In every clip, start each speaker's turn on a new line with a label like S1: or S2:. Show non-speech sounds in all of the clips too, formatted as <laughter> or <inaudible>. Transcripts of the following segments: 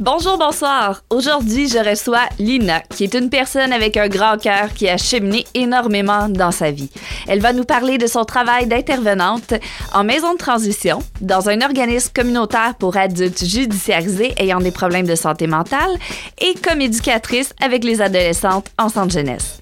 S1: Bonjour, bonsoir. Aujourd'hui, je reçois Lina, qui est une personne avec un grand cœur qui a cheminé énormément dans sa vie. Elle va nous parler de son travail d'intervenante en maison de transition, dans un organisme communautaire pour adultes judiciarisés ayant des problèmes de santé mentale et comme éducatrice avec les adolescentes en centre jeunesse.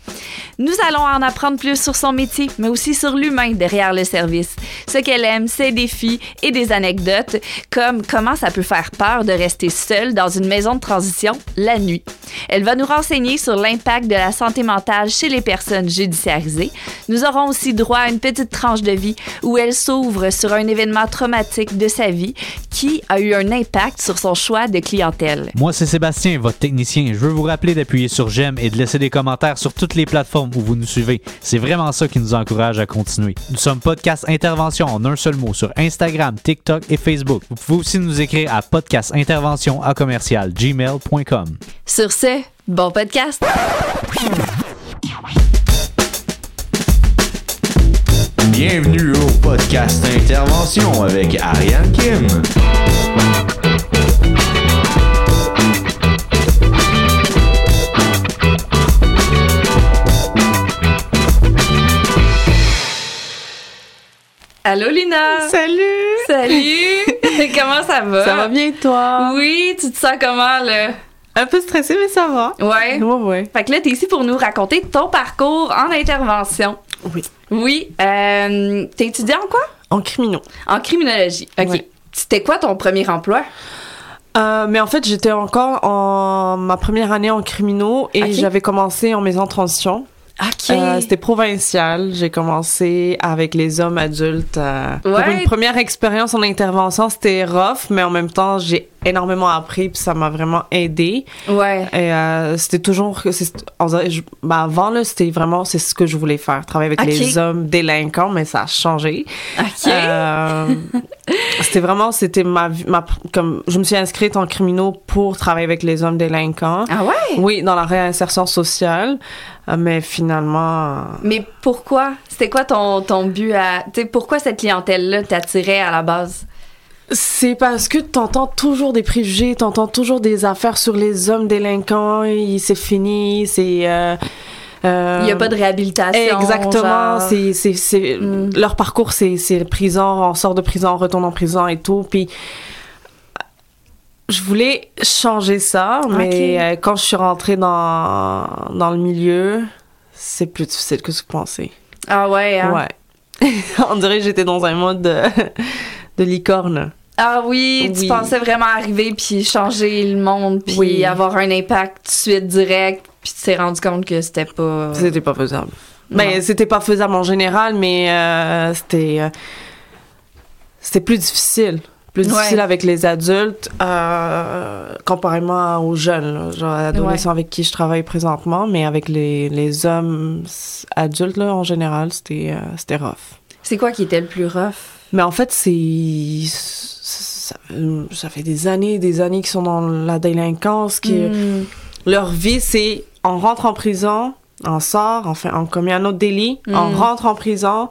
S1: Nous allons en apprendre plus sur son métier, mais aussi sur l'humain derrière le service. Ce qu'elle aime, ses défis et des anecdotes, comme comment ça peut faire peur de rester seule dans une maison de transition la nuit. Elle va nous renseigner sur l'impact de la santé mentale chez les personnes judiciarisées. Nous aurons aussi droit à une petite tranche de vie où elle s'ouvre sur un événement traumatique de sa vie qui a eu un impact sur son choix de clientèle.
S2: Moi, c'est Sébastien, votre technicien. Je veux vous rappeler d'appuyer sur j'aime et de laisser des commentaires sur toutes les plateformes où vous nous suivez. C'est vraiment ça qui nous encourage à continuer. Nous sommes Podcast Intervention en un seul mot sur Instagram, TikTok et Facebook. Vous pouvez aussi nous écrire à podcastintervention à commercial gmail.com.
S1: Sur ce, bon podcast!
S3: Bienvenue au podcast Intervention avec Ariane Kim.
S1: Allô Lina!
S4: Salut!
S1: Salut! <laughs> comment ça va?
S4: Ça Ah. va bien hein? toi?
S1: Oui, tu te sens comment là?
S4: Un peu stressée, mais ça va.
S1: Ouais.
S4: Ouais, ouais.
S1: Fait que là, t'es ici pour nous raconter ton parcours en intervention.
S4: Oui.
S1: Oui, euh, t'es étudiant en quoi?
S4: En criminaux.
S1: En criminologie. OK.
S4: Ouais.
S1: C'était quoi ton premier emploi?
S4: Euh, mais en fait, j'étais encore en ma première année en criminaux et
S1: Ok.
S4: j'avais commencé en maison de transition.
S1: OK.
S4: Euh, C'était provincial. J'ai commencé avec les hommes adultes. euh, Pour
S1: Ouais.
S4: une première expérience en intervention, c'était rough, mais en même temps, j'ai énormément appris puis ça m'a vraiment aidé.
S1: ouais.
S4: Et euh, c'était toujours. c'est- on dirait- je- ben, avant, là, c'était vraiment. C'est ce que je voulais faire. Travailler avec
S1: Ok.
S4: les hommes délinquants, mais ça a changé.
S1: OK.
S4: Euh, c'était vraiment, c'était ma, vie- ma, comme, je me suis inscrite en criminaux pour travailler avec les hommes délinquants.
S1: ah ouais?
S4: Oui, dans la réinsertion sociale, Euh, mais finalement, euh,
S1: Mais pourquoi? C'était quoi ton, ton but à. Tu sais, pourquoi cette clientèle-là t'attirait à la base?
S4: C'est parce que t'entends toujours des préjugés, t'entends toujours des affaires sur les hommes délinquants, et c'est fini, c'est... euh, euh,
S1: Il n'y a pas de réhabilitation.
S4: Exactement,
S1: genre.
S4: c'est c'est c'est
S1: Mm.
S4: leur parcours c'est c'est prison, on sort de prison, on retourne en prison et tout puis je voulais changer ça mais euh, quand je suis rentrée dans dans le milieu, c'est plus difficile que ce que je pensais.
S1: Ah ouais, hein?
S4: Ouais. <laughs> on dirait que j'étais dans un mode de, <laughs> de licorne.
S1: Ah oui, tu
S4: Oui.
S1: pensais vraiment arriver puis changer le monde puis
S4: Oui.
S1: avoir un impact tout de suite direct puis tu t'es rendu compte que c'était pas.
S4: C'était pas faisable.
S1: Non.
S4: Mais c'était pas faisable en général, mais euh, c'était euh, c'était plus difficile, plus
S1: Ouais.
S4: difficile avec les adultes euh, comparément aux jeunes, là, genre adolescents avec qui je travaille présentement, mais avec les, les hommes s- adultes là, en général, c'était euh, c'était rough.
S1: C'est quoi qui était le plus rough?
S4: Mais en fait, c'est ça, ça fait des années, et des années qu'ils sont dans la délinquance, que
S1: Hmm.
S4: leur vie, c'est on rentre en prison, on sort, on, fait, on commet un autre délit,
S1: Mm.
S4: on rentre en prison.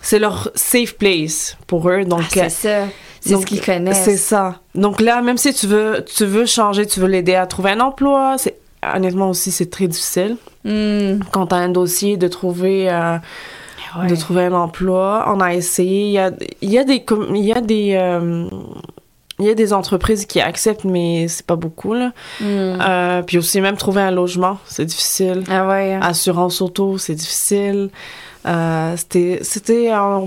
S4: C'est leur safe place pour eux.
S1: Ah,
S4: Donc,
S1: c'est ça. C'est
S4: donc,
S1: ce qu'ils connaissent.
S4: c'est ça. Donc là, même si tu veux, tu veux changer, tu veux l'aider à trouver un emploi, c'est honnêtement aussi, c'est très difficile.
S1: Hmm.
S4: Quand tu as un dossier, de trouver, euh,
S1: Ouais.
S4: de trouver un emploi, on a essayé. Il y a, il y a des... com- Il y a des euh, il y a des entreprises qui acceptent, mais c'est pas beaucoup, là.
S1: Hmm.
S4: Euh, puis aussi, même trouver un logement, c'est difficile.
S1: Ah ouais. hein.
S4: Assurance auto, c'est difficile. Euh, c'était, c'était, euh,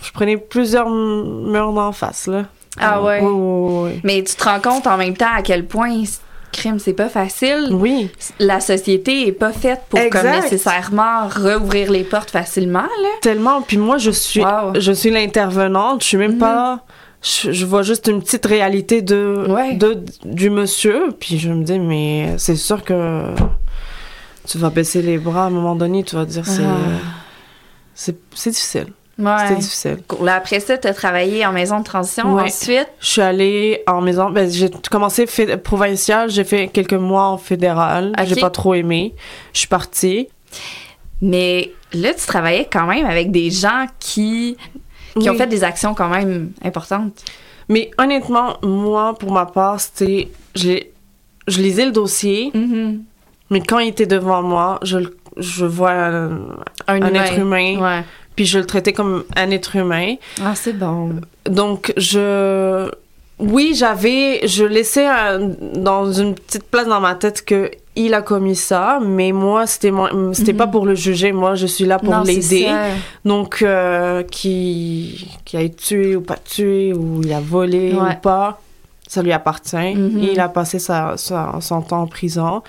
S4: je prenais plusieurs m- murs d'en face là.
S1: Ah
S4: Euh,
S1: ouais.
S4: Oui, oui, oui,
S1: Mais tu te rends compte en même temps à quel point c- crime c'est pas
S4: oui.
S1: facile.
S4: Oui,
S1: La société est pas faite pour comme
S4: Mm. Exact.
S1: nécessairement rouvrir les portes facilement là.
S4: tellement. Puis moi, je suis,
S1: Wow.
S4: je suis l'intervenante. Je suis même
S1: Mhm.
S4: pas. Je, je vois juste une petite réalité de,
S1: Ouais.
S4: de du monsieur. Puis je me dis, mais c'est sûr que tu vas baisser les bras à un moment donné. Tu vas dire, c'est,
S1: Ah.
S4: c'est, c'est difficile.
S1: Ouais.
S4: C'était difficile.
S1: Là, après ça, tu as travaillé en maison de transition
S4: Ouais.
S1: ensuite.
S4: Je suis allée en maison. Ben, j'ai commencé fé- provincial, j'ai fait quelques mois en fédéral.
S1: Ok.
S4: J'ai pas trop aimé. Je suis partie.
S1: Mais là, tu travaillais quand même avec des gens qui qui ont
S4: Oui.
S1: fait des actions quand même importantes.
S4: Mais honnêtement, moi, pour ma part, c'était. Je, l'ai- je lisais le dossier,
S1: Mhm.
S4: mais quand il était devant moi, je, le- je vois un,
S1: Un,
S4: un être humain,
S1: Ouais.
S4: puis je le traitais comme un être humain.
S1: Ah, c'est bon.
S4: Donc, je. Oui, j'avais. Je laissais un- dans une petite place dans ma tête que il a commis ça, mais moi, c'était mon- c'était
S1: Mhm.
S4: pas pour le juger. Moi, je suis là pour
S1: Non, c'est
S4: l'aider.
S1: ça.
S4: Donc, euh, qui, qui a tué ou pas tué, ou il a volé
S1: Ouais.
S4: ou pas, ça lui appartient.
S1: Mhm.
S4: Il a passé sa, sa- son temps en prison.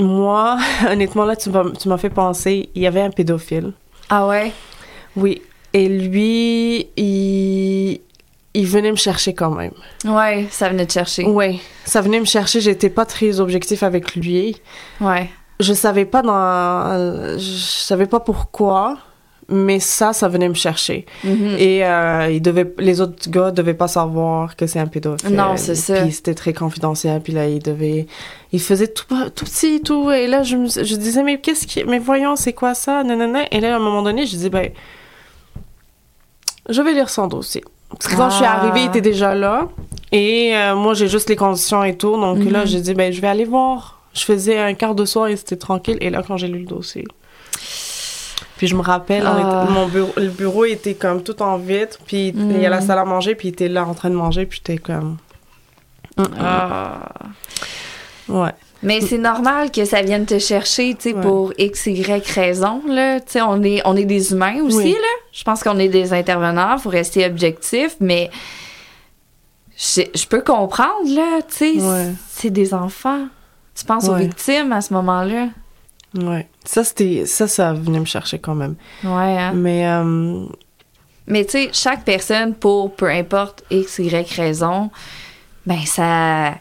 S4: Moi, <laughs> honnêtement, là, tu m'as tu m'as fait penser, il y avait un pédophile.
S1: Ah ouais?
S4: Oui. Et lui, il, il venait me chercher quand même.
S1: Ouais, ça venait de chercher.
S4: Oui, ça venait me chercher. J'étais pas très objectif avec lui.
S1: Ouais.
S4: Je savais pas dans, je savais pas pourquoi, mais ça, ça venait me chercher.
S1: Mhm.
S4: Et euh, il devait, les autres gars devaient pas savoir que c'est un pédophile.
S1: Non, c'est ça.
S4: Puis c'était très confidentiel. Puis là, il devait, il faisait tout, tout petit, tout. Et là, je, me, je disais, mais qu'est-ce qui, mais voyons, c'est quoi ça, nanana. Et là, à un moment donné, je dis, ben, je vais lire son dossier. Parce que quand je suis
S1: Ah.
S4: arrivée, il était déjà là. Et euh, moi, j'ai juste les conditions et tout. Donc là,
S1: Mhm.
S4: j'ai dit, ben, je vais aller voir. Je faisais un quart de soir et c'était tranquille. Et là, quand j'ai lu le dossier. Puis je me rappelle, on
S1: Ah.
S4: était- mon bureau, le bureau était comme tout en vitre, puis il y a la
S1: Mm.
S4: salle à manger, puis il était là en train de manger, puis j'étais comme.
S1: Ah.
S4: Ouais.
S1: Mais c'est normal que ça vienne te chercher, tu sais,
S4: Mm. Ouais.
S1: pour X, Y raison, là. Tu sais, on est, on est des humains aussi,
S4: Oui.
S1: là. Je pense qu'on est des intervenants, faut rester objectif, mais je je peux comprendre, là, tu sais,
S4: Ouais.
S1: c'est des enfants. Tu penses aux
S4: Ouais.
S1: victimes à ce moment-là.
S4: Ouais. Ça, c'était, ça, ça venait me chercher quand même.
S1: Ouais, hein.
S4: Mais euh,
S1: Mais tu sais, chaque personne, pour peu importe X, Y raison, ben ça.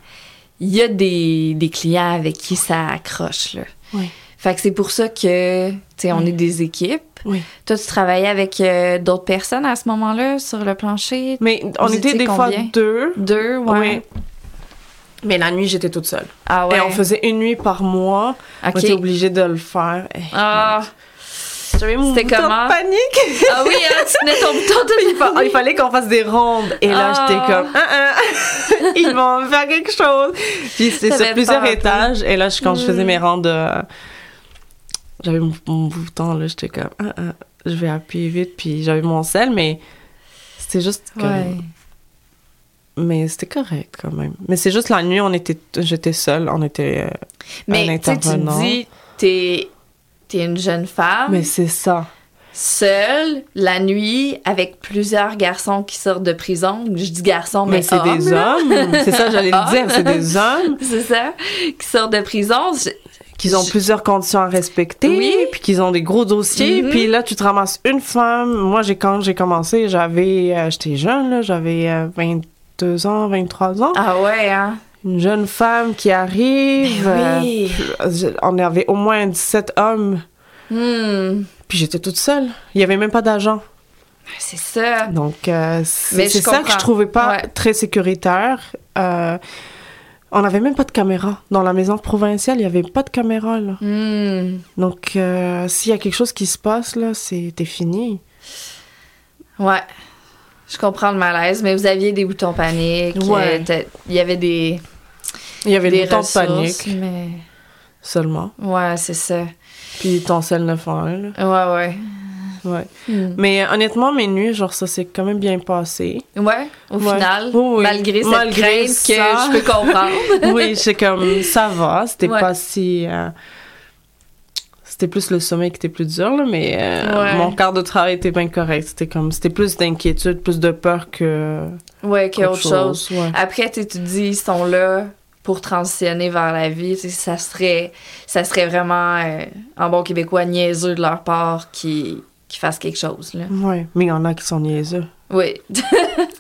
S1: Il y a des, des clients avec qui ça accroche, là.
S4: Oui.
S1: Fait que c'est pour ça que, tu sais, on
S4: Oui.
S1: est des équipes.
S4: oui.
S1: Toi, tu travaillais avec euh, d'autres personnes à ce moment-là, sur le plancher?
S4: Mais on
S1: Vous
S4: était
S1: étiez
S4: des fois
S1: combien?
S4: deux.
S1: Deux, ouais.
S4: Ouais. Mais la nuit, j'étais toute seule.
S1: Ah ouais.
S4: Et on faisait une nuit par mois. On était
S1: OK.
S4: obligé de le faire. Eh, Et
S1: Ah,
S4: J'avais mon
S1: C'était
S4: bouton de
S1: comment?
S4: panique.
S1: ah oui, hein, tu tenais ton bouton de
S4: Il fa- il fallait qu'on fasse des rondes. Et là,
S1: Ah.
S4: j'étais comme, Ah, ah. <laughs> ils vont me faire quelque chose. Puis c'était
S1: T'avais
S4: sur plusieurs
S1: peur un peu.
S4: étages. Et là, je- quand je faisais
S1: Mm.
S4: mes rondes, euh, j'avais mon, mon bouton, là, j'étais comme, Ah, ah, je vais appuyer vite. Puis j'avais mon sel, mais c'était juste comme.
S1: Ouais.
S4: Mais c'était correct quand même. Mais c'est juste la nuit, on était, j'étais seule, on était. euh,
S1: Mais
S4: Un
S1: tu sais, tu te
S4: intervenant.
S1: dis, t'es t'es une jeune femme.
S4: Mais c'est ça.
S1: seule la nuit avec plusieurs garçons qui sortent de prison. Je dis garçons, mais,
S4: mais c'est
S1: hommes, Ah.
S4: des
S1: là.
S4: hommes. C'est ça,
S1: <laughs>
S4: j'allais
S1: Hommes.
S4: le dire. C'est des hommes
S1: <laughs> C'est ça, qui sortent de prison. Je-
S4: qui ont
S1: Je-
S4: plusieurs conditions à respecter,
S1: Oui.
S4: puis qu'ils ont des gros dossiers,
S1: Mhm.
S4: puis là tu te ramasses une femme. Moi, j'ai quand j'ai commencé, j'avais euh, j'étais jeune là, j'avais euh, 22 ans, 23 ans.
S1: Ah ouais, hein?
S4: Une jeune femme qui arrive,
S1: Ben oui.
S4: euh, je- on avait au moins 17 hommes,
S1: Hmm,
S4: puis j'étais toute seule. Il y avait même pas d'agent.
S1: c'est ça.
S4: Donc, euh,
S1: Mais
S4: c'est
S1: je
S4: c'est ça que
S1: comprends.
S4: je trouvais pas
S1: Ouais.
S4: très sécuritaire. Euh, on n'avait même pas de caméra. Dans la maison provinciale, il n'y avait pas de caméra. Là.
S1: Hmm,
S4: Donc, euh, s'il y a quelque chose qui se passe, là, c'est t'es fini.
S1: ouais. Je comprends le malaise, mais vous aviez des boutons panique.
S4: Ouais.
S1: euh, t'as- Il y avait des,
S4: Il y avait
S1: des
S4: le temps de
S1: ressources,
S4: panique
S1: mais...
S4: seulement.
S1: Ouais, c'est ça.
S4: Puis ton sel 911.
S1: Ouais,
S4: Là.
S1: ouais.
S4: Ouais.
S1: Hmm.
S4: Mais euh, honnêtement, mes nuits, genre, ça s'est quand même bien <laughs> passé.
S1: Ouais, au
S4: Ouais.
S1: final,
S4: Oui, oui.
S1: malgré cette
S4: Malgré
S1: crainte
S4: ça.
S1: que je peux
S4: <laughs>
S1: comprendre.
S4: oui, c'est comme ça va. C'était
S1: Ouais.
S4: pas si. euh, C'était plus le sommeil qui était plus dur, là, mais euh,
S1: Ouais.
S4: mon quart de travail était bien correct. C'était comme c'était plus d'inquiétude, plus de peur que
S1: Ouais, qu'il y a autre chose.
S4: ouais.
S1: Après, tu sais, tu te dis, ils sont là pour transitionner vers la vie. Tu sais, ça serait, ça serait vraiment, euh, en bon québécois, niaiseux de leur part qu'ils qu'ils fassent quelque chose. Là.
S4: Ouais. mais il y en a qui sont niaiseux,
S1: Oui.
S4: <laughs>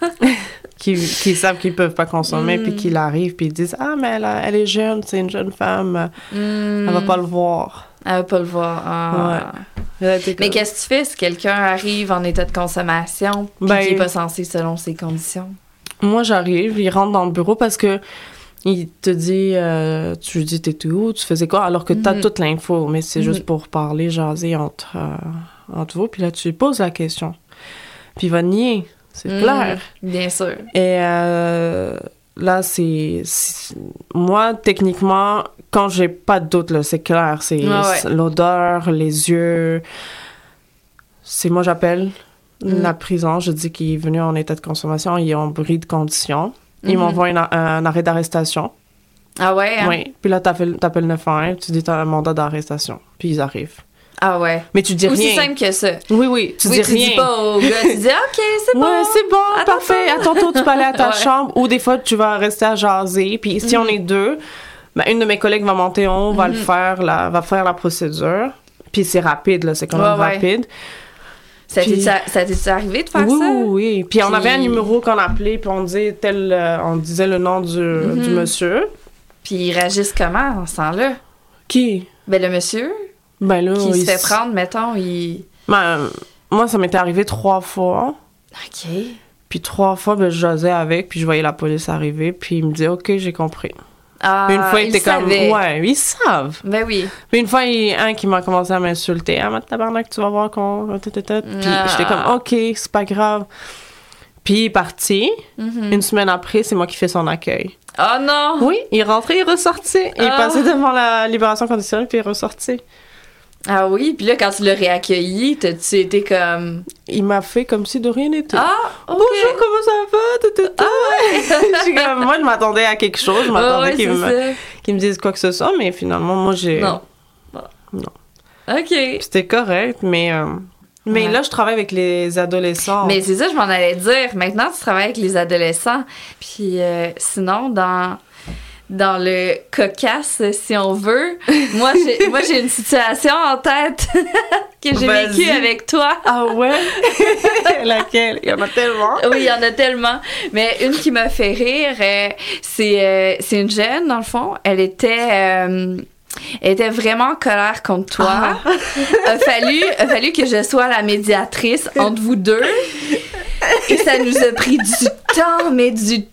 S4: qui, qui savent qu'ils peuvent pas consommer,
S1: Mm.
S4: puis qu'ils arrivent, puis ils disent ah mais elle, a- elle est jeune, c'est une jeune femme,
S1: Hmm.
S4: elle va pas le voir.
S1: Elle va pas le voir. Ah.
S4: Là, t'es
S1: Mais
S4: comme-
S1: qu'est-ce que tu fais si quelqu'un arrive en état de consommation puis
S4: Ben-
S1: qu'il est pas censé selon ses conditions?
S4: Moi, j'arrive, il rentre dans le bureau parce que il te dit, euh, tu lui dis t'étais où, tu faisais quoi, alors que t'as
S1: Mhm.
S4: toute l'info, mais c'est
S1: Mhm.
S4: juste pour parler, jaser entre, euh, entre vous, puis là, tu lui poses la question. puis il va nier. C'est
S1: Mm.
S4: clair.
S1: Hmm. Bien sûr.
S4: Et euh, là, c'est, c'est- Moi, techniquement, quand j'ai pas de doute, là, c'est clair. C'est
S1: Ouais, ouais.
S4: c'est l'odeur, les yeux. C'est moi, j'appelle
S1: Mm.
S4: la prison. Je dis qu'il est venu en état de consommation. Il est en bris de condition. Ils
S1: Mhm.
S4: m'envoient une a- un arrêt d'arrestation.
S1: Ah ouais? hein?
S4: Oui. Puis là, t'appelles, t'appelles 911. Tu dis t'as un mandat d'arrestation. Puis ils arrivent.
S1: Ah ouais.
S4: Mais tu dis
S1: Aussi
S4: rien.
S1: simple que ça.
S4: Oui, oui. Tu
S1: oui,
S4: dis
S1: tu
S4: rien.
S1: dis pas au gars, tu dis
S4: <laughs>
S1: OK, c'est bon.
S4: Ouais, c'est bon,
S1: À ton
S4: parfait. À ton tour, tu peux aller à
S1: <laughs>
S4: ta
S1: Ouais. Mm.
S4: chambre ou des fois, tu vas rester à jaser. Puis si on est deux, ben, une de mes collègues va monter en haut, va, le faire, la, va faire la procédure. Puis c'est rapide, là, c'est quand même
S1: Ouais, ouais.
S4: rapide.
S1: Ça t'est-
S4: Puis-
S1: ça- ça t'est arrivé de faire
S4: oui,
S1: ça?
S4: oui, oui. Puis on
S1: Puis-
S4: avait un numéro qu'on appelait, puis on, disait tel, euh, on disait le nom du, du
S1: Mhm.
S4: monsieur.
S1: Puis ils réagissent comment en ce temps-là?
S4: Qui?
S1: Ben le monsieur
S4: Ben là,
S1: qui
S4: il
S1: se fait
S4: s-
S1: prendre, mettons, il.
S4: Ben, moi, ça m'était arrivé trois fois.
S1: OK.
S4: Puis trois fois, ben, je jasais avec, puis je voyais la police arriver, puis il me disait, OK, j'ai compris.
S1: Ah,
S4: Une fois, il
S1: il
S4: était comme,
S1: savait.
S4: ouais, ils savent.
S1: Ben oui.
S4: Puis une fois, il y a un qui m'a commencé à m'insulter. Ah, ma tabarnak, tu vas voir qu'on. tut, tut, tut. Puis
S1: Ah.
S4: j'étais comme, OK, c'est pas grave. Puis il est parti.
S1: Mhm.
S4: Une semaine après, c'est moi qui fais son accueil.
S1: Oh non!
S4: Oui, il est rentré, il est ressorti. Il est
S1: Ah.
S4: passé devant la libération conditionnelle, puis il est ressorti.
S1: Ah oui, puis là, quand tu l'as réaccueilli, t'as-tu été comme.
S4: Il m'a fait comme si de rien n'était.
S1: Ah! ok.
S4: Bonjour, comment ça va? Tut, tut, tut. <laughs> Je suis comme, moi, je m'attendais à quelque chose. Je
S1: Ah
S4: m'attendais
S1: ouais,
S4: qu'il
S1: c'est
S4: me,
S1: ça.
S4: qu'il me dise quoi que ce soit, mais finalement, moi, j'ai.
S1: Non.
S4: Non.
S1: OK.
S4: C'était correct, mais. euh, Mais
S1: Ouais.
S4: là, je travaille avec les adolescents.
S1: Mais c'est ça, je m'en allais dire. Maintenant, tu travailles avec les adolescents. Puis euh, sinon, dans, dans le cocasse, si on veut, moi, j'ai, moi, j'ai une situation en tête <laughs> que j'ai
S4: Vas-y.
S1: vécue avec toi.
S4: Ah
S1: <laughs>
S4: ouais? Laquelle? Il y en a tellement.
S1: Oui, il y en a tellement. Mais une qui m'a fait rire, euh, c'est euh, c'est une jeune, dans le fond. Elle était, euh, elle était vraiment en colère contre toi.
S4: Ah.
S1: a, fallu, a fallu que je sois la médiatrice entre vous deux. Et ça nous a pris du temps, mais du temps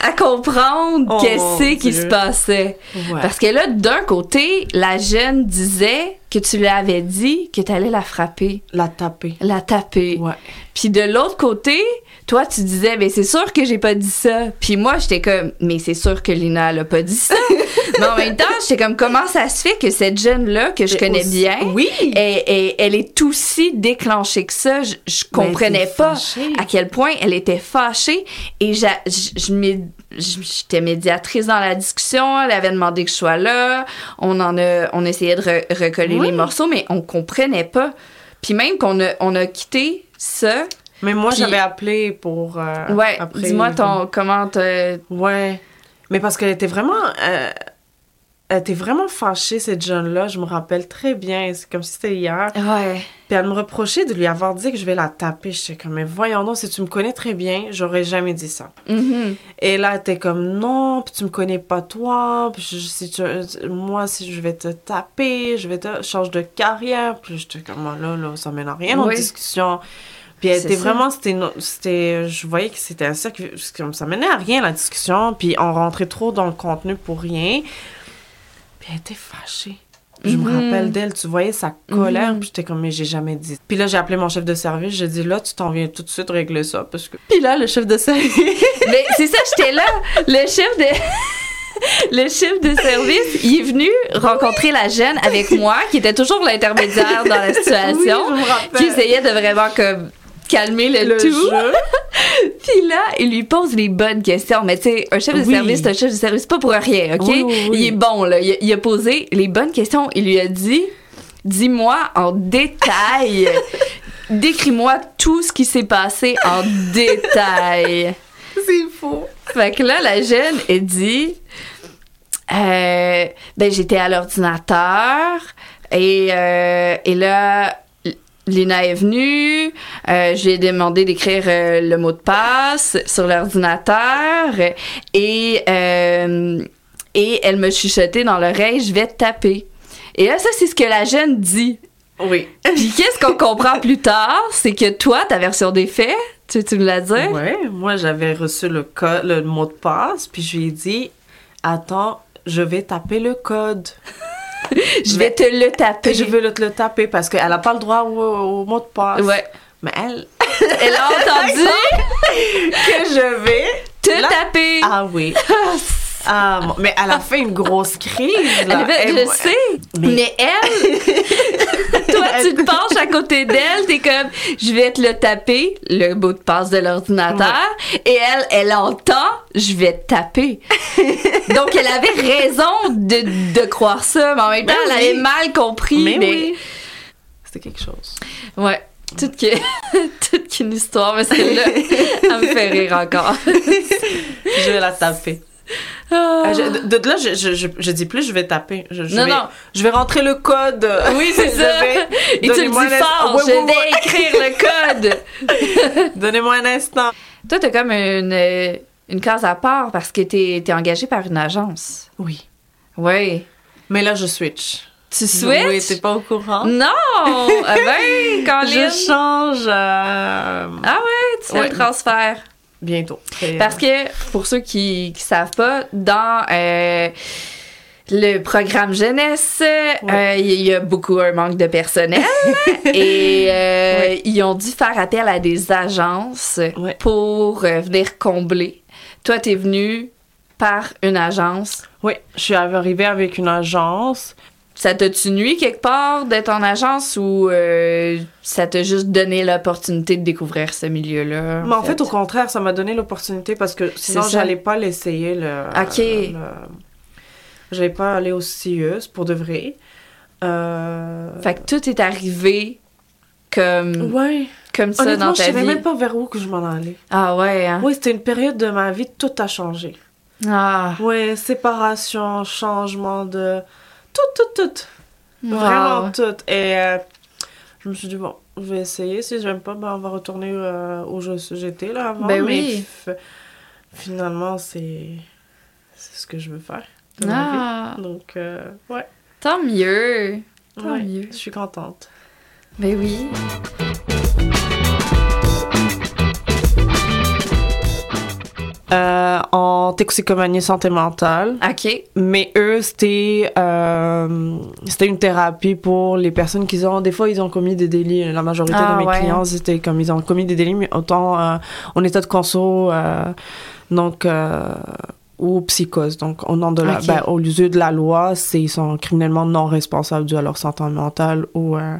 S1: à comprendre
S4: Oh mon
S1: qu'est-ce qui
S4: Dieu.
S1: se passait. Parce que là, d'un côté, la jeune disait que tu lui avais dit que tu allais la frapper,
S4: La taper.
S1: la taper.
S4: Ouais.
S1: Puis de l'autre côté, toi, tu disais, mais c'est sûr que j'ai pas dit ça. Puis moi, j'étais comme, mais c'est sûr que Lina, elle a pas dit
S4: <laughs>
S1: ça. mais en même temps, j'étais comme, comment ça se fait que cette jeune-là, que je connais
S4: aussi-
S1: bien,
S4: Oui. Ben,
S1: elle, elle- elle est aussi déclenchée que ça. Je,
S4: Ben,
S1: je comprenais pas Ah, à quel point elle était fâchée. Et j'a- j- je m'ai- j- j'étais médiatrice dans la discussion. Elle avait demandé que je sois là. On, en a, on essayait de re- recoller
S4: Oui.
S1: les morceaux, mais on comprenait pas. Puis même qu'on a, on a quitté ça.
S4: Mais moi,
S1: Puis-
S4: j'avais appelé pour. euh,
S1: Ouais,
S4: après-
S1: dis-moi ton comment te-
S4: Ouais. Mais parce qu'elle était vraiment. euh, Elle était vraiment fâchée, cette jeune-là. Je me rappelle très bien. C'est comme si c'était hier.
S1: Ouais.
S4: Puis elle me reprochait de lui avoir dit que je vais la taper. J'étais comme, mais voyons donc, si tu me connais très bien, j'aurais jamais dit ça.
S1: Mhm.
S4: Et là, t'es comme non, puis tu me connais pas toi, puis je- si tu- moi si je vais te taper, je vais te changer de carrière, puis j'étais comme Ah là là, ça mène à rien en
S1: Oui.
S4: discussion. Puis elle
S1: C'est
S4: était
S1: ça.
S4: vraiment, c'était, une- c'était, je voyais que c'était un cercle, c'est comme ça menait à rien la discussion, puis on rentrait trop dans le contenu pour rien. Puis elle était fâchée. Je me
S1: Mhm.
S4: rappelle d'elle, tu voyais sa colère,
S1: Mhm.
S4: puis j'étais comme, mais j'ai jamais dit. Puis là, j'ai appelé mon chef de service, j'ai dit, là, tu t'en viens tout de suite régler ça, parce que... Puis là, le chef de service...
S1: Mais c'est ça, j'étais là. Le chef de <laughs> le chef de service, il est venu rencontrer la jeune avec moi, qui était toujours l'intermédiaire dans la situation,
S4: <laughs> Oui, je me rappelle.
S1: qui essayait de vraiment comme calmer le,
S4: le
S1: tout.
S4: jeu.
S1: Puis là, il lui pose les bonnes questions. Mais tu sais, un chef de
S4: Oui.
S1: service, c'est un chef de service, c'est pas pour rien, OK?
S4: Oui, oui, oui.
S1: Il est bon, là. Il, a- il a posé les bonnes questions. Il lui a dit Dis-moi en
S4: <laughs>
S1: détail. Décris-moi tout ce qui s'est passé en détail.
S4: C'est faux.
S1: Fait que là, la jeune, elle dit euh, Ben, j'étais à l'ordinateur et, euh, et là, L- Lina est venue. euh, je lui ai demandé d'écrire euh, le mot de passe sur l'ordinateur et, euh, et elle me chuchotait dans l'oreille Je vais te taper. Et là, ça, c'est ce que la jeune dit.
S4: Oui.
S1: Puis qu'est-ce qu'on comprend plus tard C'est que toi, ta version des faits, tu, tu me l'as dit
S4: Ouais, moi j'avais reçu le code, le mot de passe, puis je lui ai dit attends, je vais taper le code.
S1: Je vais te le taper.
S4: Je veux le, le taper parce qu'elle a pas le droit au, au mot de passe.
S1: Ouais.
S4: Mais elle,
S1: Elle a entendu
S4: que je vais
S1: te
S4: Là-
S1: taper.
S4: Ah <laughs> oui. Ah, bon, mais elle a fait une grosse crise.
S1: Elle
S4: Là.
S1: avait-
S4: Elle-
S1: je sais, mais,
S4: Mais- <laughs>
S1: elle, toi, tu te penches à côté d'elle, t'es comme, je vais te le taper, le mot de passe de l'ordinateur, et elle, elle entend, je vais te
S4: <laughs>
S1: taper. Donc, elle avait raison de, de croire ça, mais en même temps,
S4: Ben
S1: elle
S4: oui.
S1: avait mal compris. Mais,
S4: Mais oui. C'était quelque chose.
S1: ouais, toute, que- <laughs> toute une histoire, mais celle-là, elle me fait rire encore.
S4: Je vais la taper.
S1: Ah.
S4: Ah, je- de, de là, je, je, je, je dis plus, je vais taper. Je, je
S1: Non,
S4: vais,
S1: non.
S4: Je vais rentrer le code.
S1: Oui, c'est
S4: Je
S1: ça.
S4: vais-
S1: Et tu le
S4: donnez-moi
S1: dis
S4: un instant.
S1: fort,
S4: Ouais,
S1: je
S4: ouais,
S1: vais
S4: ouais.
S1: écrire le code.
S4: Donnez-moi un instant.
S1: Toi, t'as comme une, euh, une case à part parce que t'es es engagé par une agence.
S4: Oui.
S1: Oui.
S4: Mais là, je switch.
S1: Tu switches?
S4: Oui, t'es pas au courant.
S1: Non!
S4: <laughs>
S1: Ah ben, Colin!
S4: Je change euh,
S1: Ah ouais, tu fais
S4: Ouais.
S1: le transfert.
S4: bientôt. Et, euh,
S1: Parce que, pour ceux qui ne savent pas, dans euh, le programme jeunesse, euh, il y a beaucoup un manque de personnel
S4: <laughs>
S1: et euh, ils ont dû faire appel à des agences
S4: Ouais.
S1: pour euh, venir combler. Toi, t'es venu par une agence.
S4: Oui, je suis arrivée avec une agence.
S1: Ça t'a-tu nuit quelque part d'être en agence ou euh, ça t'a juste donné l'opportunité de découvrir ce milieu-là?
S4: Mais en fait, au contraire, ça m'a donné l'opportunité parce que sinon,
S1: ça.
S4: j'allais pas l'essayer. Le,
S1: Ok.
S4: le- j'allais pas aller au CIUS pour de vrai. Euh...
S1: Fait que tout est arrivé comme,
S4: Ouais.
S1: comme ça
S4: Honnêtement,
S1: dans
S4: je
S1: ta
S4: savais
S1: vie.
S4: même pas vers où que je m'en allais.
S1: Ah ouais, hein?
S4: Oui, c'était une période de ma vie, tout a changé.
S1: Ah,
S4: Ouais, séparation, changement de... Tout, tout, tout. Vraiment
S1: wow.
S4: tout. Et euh, je me suis dit, bon, je vais essayer. Si j'aime pas, ben, on va retourner euh, où je- j'étais là avant.
S1: Ben
S4: mais
S1: oui.
S4: f- finalement, c'est c'est ce que je veux faire. de ma
S1: Ah,
S4: vie. Donc, euh, ouais.
S1: tant mieux. Tant
S4: Ouais,
S1: mieux.
S4: Je suis contente.
S1: Ben oui.
S4: Euh, en toxicomanie santé mentale,
S1: OK.
S4: mais eux, c'était euh, c'était une thérapie pour les personnes qui ont... Des fois, ils ont commis des délits. La majorité
S1: Ah,
S4: de mes
S1: ouais.
S4: clients, c'était comme ils ont commis des délits, mais autant euh, en état de conso, euh, donc... euh, ou psychose. Donc, au nom de la,
S1: Ok.
S4: ben, au lieu de la loi, c'est ils sont criminellement non responsables dû à leur santé mentale ou euh,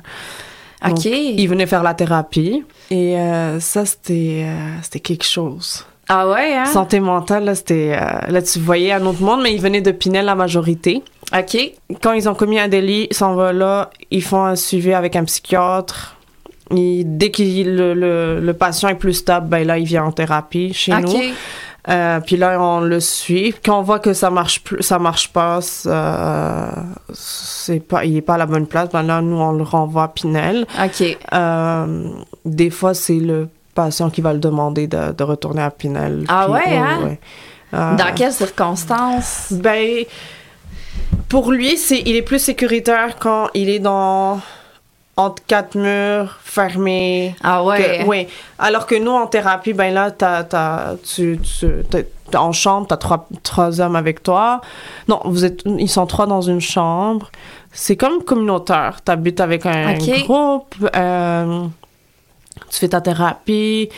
S4: Donc,
S1: OK.
S4: ils venaient faire la thérapie. Et euh, ça, c'était euh, c'était quelque chose.
S1: Ah ouais, hein?
S4: Santé mentale, là, c'était, euh, là, tu voyais un autre monde, mais ils venaient de Pinel, la majorité.
S1: OK.
S4: Quand ils ont commis un délit, ils s'en vont là, ils font un suivi avec un psychiatre. Et dès que le, le- le patient est plus stable, ben là, il vient en thérapie chez nous.
S1: OK.
S4: Euh, puis là, on le suit. Quand on voit que ça marche plus, ça marche pas, euh, c'est pas, il est pas à la bonne place, ben là, nous, on le renvoie à Pinel.
S1: OK.
S4: Euh, des fois, c'est le patient qui va le demander de, de retourner à Pinel.
S1: Ah ouais,
S4: oh,
S1: hein?
S4: Euh,
S1: Dans quelles circonstances?
S4: Ben, pour lui, c'est, il est plus sécuritaire quand il est dans entre quatre murs, fermé.
S1: Ah ouais.
S4: Que- ouais. Alors que nous, en thérapie, ben là, t'as, t'as, tu, tu, t'es- t'es en chambre, t'as trois, trois hommes avec toi. Non, vous êtes, ils sont trois dans une chambre. C'est comme communautaire. T'habites avec un
S1: Ok.
S4: groupe, euh, tu fais ta thérapie,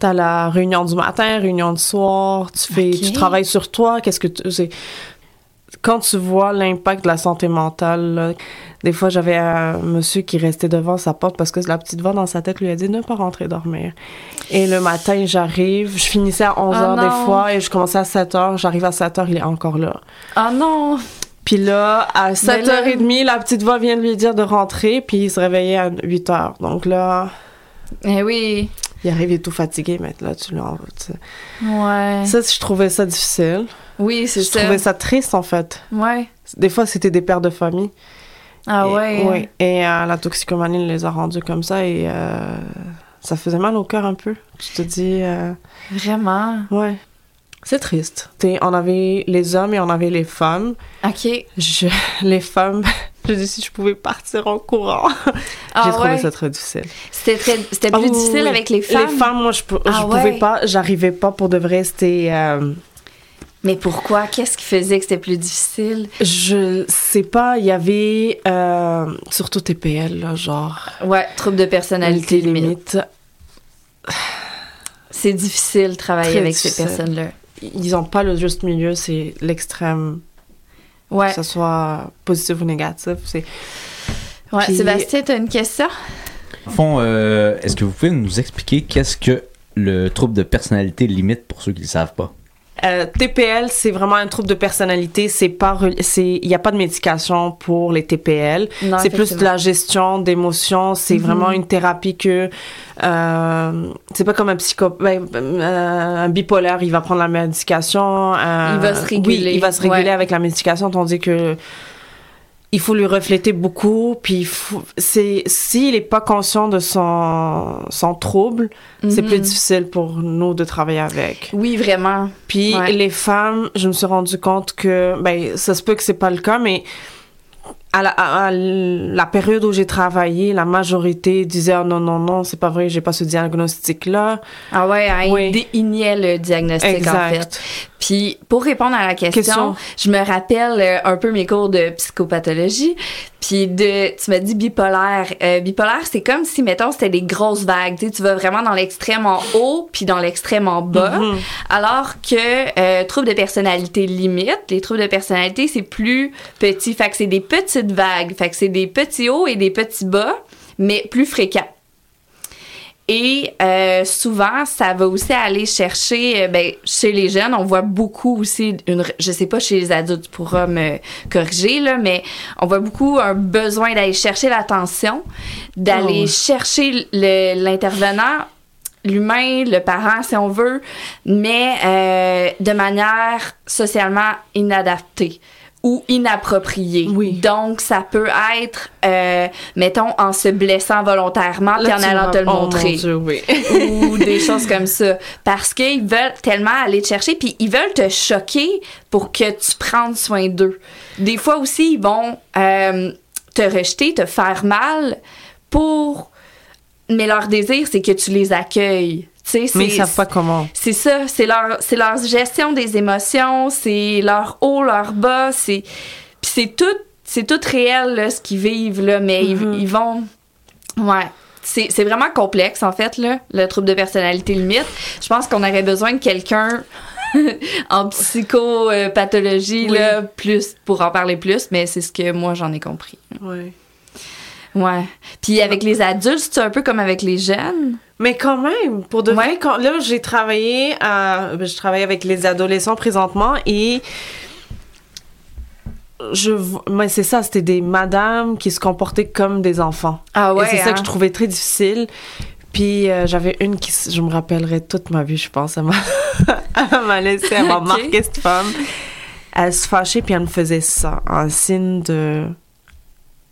S4: t'as la réunion du matin, réunion du soir, tu fais,
S1: Ok.
S4: tu travailles sur toi. Qu'est-ce que tu, c'est- quand tu vois l'impact de la santé mentale, là, des fois, j'avais un monsieur qui restait devant sa porte parce que la petite voix dans sa tête lui a dit ne pas rentrer dormir. Et le matin, j'arrive, je finissais à 11h
S1: Oh non.
S4: des fois et je commençais à 7h, j'arrive à 7h, il est encore là.
S1: Ah non!
S4: Puis là, à
S1: Mais là-
S4: 7h30, la petite voix vient de lui dire de rentrer, puis il se réveillait à 8h. Donc là,
S1: Eh oui.
S4: il arrive, il est tout fatigué, mais là, tu l'en veux. tu sais.
S1: Ouais.
S4: Ça, je trouvais ça difficile.
S1: Oui,
S4: Je
S1: c'est ça.
S4: trouvais ça triste, en fait.
S1: Ouais.
S4: Des fois, c'était des pères de famille.
S1: Ah
S4: Et-
S1: ouais.
S4: ouais. Et euh, la toxicomanie les a rendus comme ça et euh, ça faisait mal au cœur un peu. Je te dis, euh,
S1: Vraiment.
S4: ouais. C'est triste. T'sais, on avait les hommes et on avait les femmes.
S1: OK.
S4: Je- <laughs> les femmes, je dis si je pouvais partir en courant.
S1: Ah
S4: J'ai trouvé
S1: ouais.
S4: ça très difficile.
S1: C'était très- c'était plus
S4: Ah oui, oui,
S1: difficile
S4: oui.
S1: avec les femmes.
S4: Les femmes, moi, je, pou- je
S1: Ah
S4: pouvais
S1: ouais.
S4: pas, j'arrivais pas pour de vrai. C'était. euh,
S1: Mais pourquoi? Qu'est-ce qui faisait que c'était plus difficile?
S4: je sais pas, il y avait. euh, surtout TPL, là, genre.
S1: Ouais, trouble de personnalité limite.
S4: limite.
S1: C'est difficile de travailler
S4: Très
S1: avec ces
S4: difficile.
S1: personnes-là.
S4: Ils n'ont pas le juste milieu, c'est l'extrême,
S1: Ouais.
S4: que ce soit positif ou négatif. C'est
S1: ouais.
S4: Puis-
S1: Sébastien, t'as une question?
S5: Au fond, euh, est-ce que vous pouvez nous expliquer qu'est-ce que le trouble de personnalité limite pour ceux qui ne le savent pas?
S4: Euh, TPL, c'est vraiment un trouble de personnalité. C'est pas, reli- c'est, il n'y a pas de médication pour les TPL.
S1: Non,
S4: c'est plus de
S1: effectivement. Mm-hmm.
S4: la gestion d'émotions. C'est vraiment une thérapie que euh, c'est pas comme un psycho, ben, euh, un bipolaire, il va prendre la médication. euh,
S1: Il va se réguler,
S4: Oui, il va se réguler
S1: ouais.
S4: avec la médication, tandis que il faut lui refléter beaucoup. Puis il faut- c'est s'il n'est pas conscient de son son trouble, c'est
S1: Mhm.
S4: plus difficile pour nous de travailler avec.
S1: Oui, vraiment.
S4: Puis
S1: Ouais.
S4: les femmes, je me suis rendu compte que, ben, ça se peut que c'est pas le cas, mais à la, à- à la période où j'ai travaillé, la majorité disait Ah non, non, non, c'est pas vrai, j'ai pas ce diagnostic-là.
S1: Ah ouais, hein,
S4: Oui.
S1: il déniait le diagnostic, en fait.
S4: Exact.
S1: Puis pour répondre à la question,
S4: Question.
S1: je me rappelle euh, un peu mes cours de psychopathologie. Puis de, tu m'as dit bipolaire. Euh, bipolaire, c'est comme si, mettons, c'était des grosses vagues. Tu, sais, tu vas vraiment dans l'extrême en haut, puis dans l'extrême en bas.
S4: Mhm.
S1: Alors que euh, troubles de personnalité limite, les troubles de personnalité, c'est plus petit. Fait que c'est des petites vagues. Fait que c'est des petits hauts et des petits bas, mais plus fréquents. Et euh, souvent, ça va aussi aller chercher, euh, ben, chez les jeunes, on voit beaucoup aussi, une, re- je sais pas chez les adultes, tu pourras me corriger, là, mais on voit beaucoup un besoin d'aller chercher l'attention, d'aller
S4: Oh.
S1: chercher le- l'intervenant, l'humain, le parent, si on veut, mais euh, de manière socialement inadaptée ou inappropriée.
S4: Oui.
S1: Donc, ça peut être, euh, mettons, en se blessant volontairement, puis
S4: Là,
S1: en
S4: tu
S1: allant
S4: m'as-
S1: te le
S4: Oh, mon
S1: montrer
S4: Dieu, oui.
S1: ou des choses comme ça. Parce qu'ils veulent tellement aller te chercher, puis ils veulent te choquer pour que tu prennes soin d'eux. Des fois aussi, ils vont euh, te rejeter, te faire mal pour. Mais leur désir, c'est que tu les accueilles. Tu sais,
S4: <laughs> mais ils
S1: c'est-
S4: savent pas comment.
S1: c'est ça, c'est leur, c'est leur gestion des émotions, c'est leur haut, leur bas, c'est. Puis c'est tout, c'est tout réel, là, ce qu'ils vivent, là, mais ils-
S4: Mhm.
S1: ils, vont. Ouais. C'est, c'est vraiment complexe, en fait, là, le trouble de personnalité limite. Je pense qu'on aurait besoin de quelqu'un <laughs> en psychopathologie,
S4: Oui.
S1: là, plus, pour en parler plus, mais c'est ce que moi, j'en ai compris.
S4: Ouais.
S1: Ouais. Puis avec les adultes, c'est un peu comme avec les jeunes.
S4: Mais quand même, pour de vrai,
S1: Ouais.
S4: quand, là, j'ai travaillé, à, ben, je travaille avec les adolescents présentement et je, vo- mais c'est ça, c'était des madames qui se comportaient comme des enfants.
S1: Ah
S4: Et c'est ça que je
S1: trouve.
S4: trouvais très difficile. Puis euh, j'avais une qui, s- je me rappellerai toute ma vie, je pense. Elle m'a, <laughs> elle m'a laissé, elle m'a
S1: Ok.
S4: marqué cette femme. Elle se fâchait, puis elle me faisait ça, un signe de.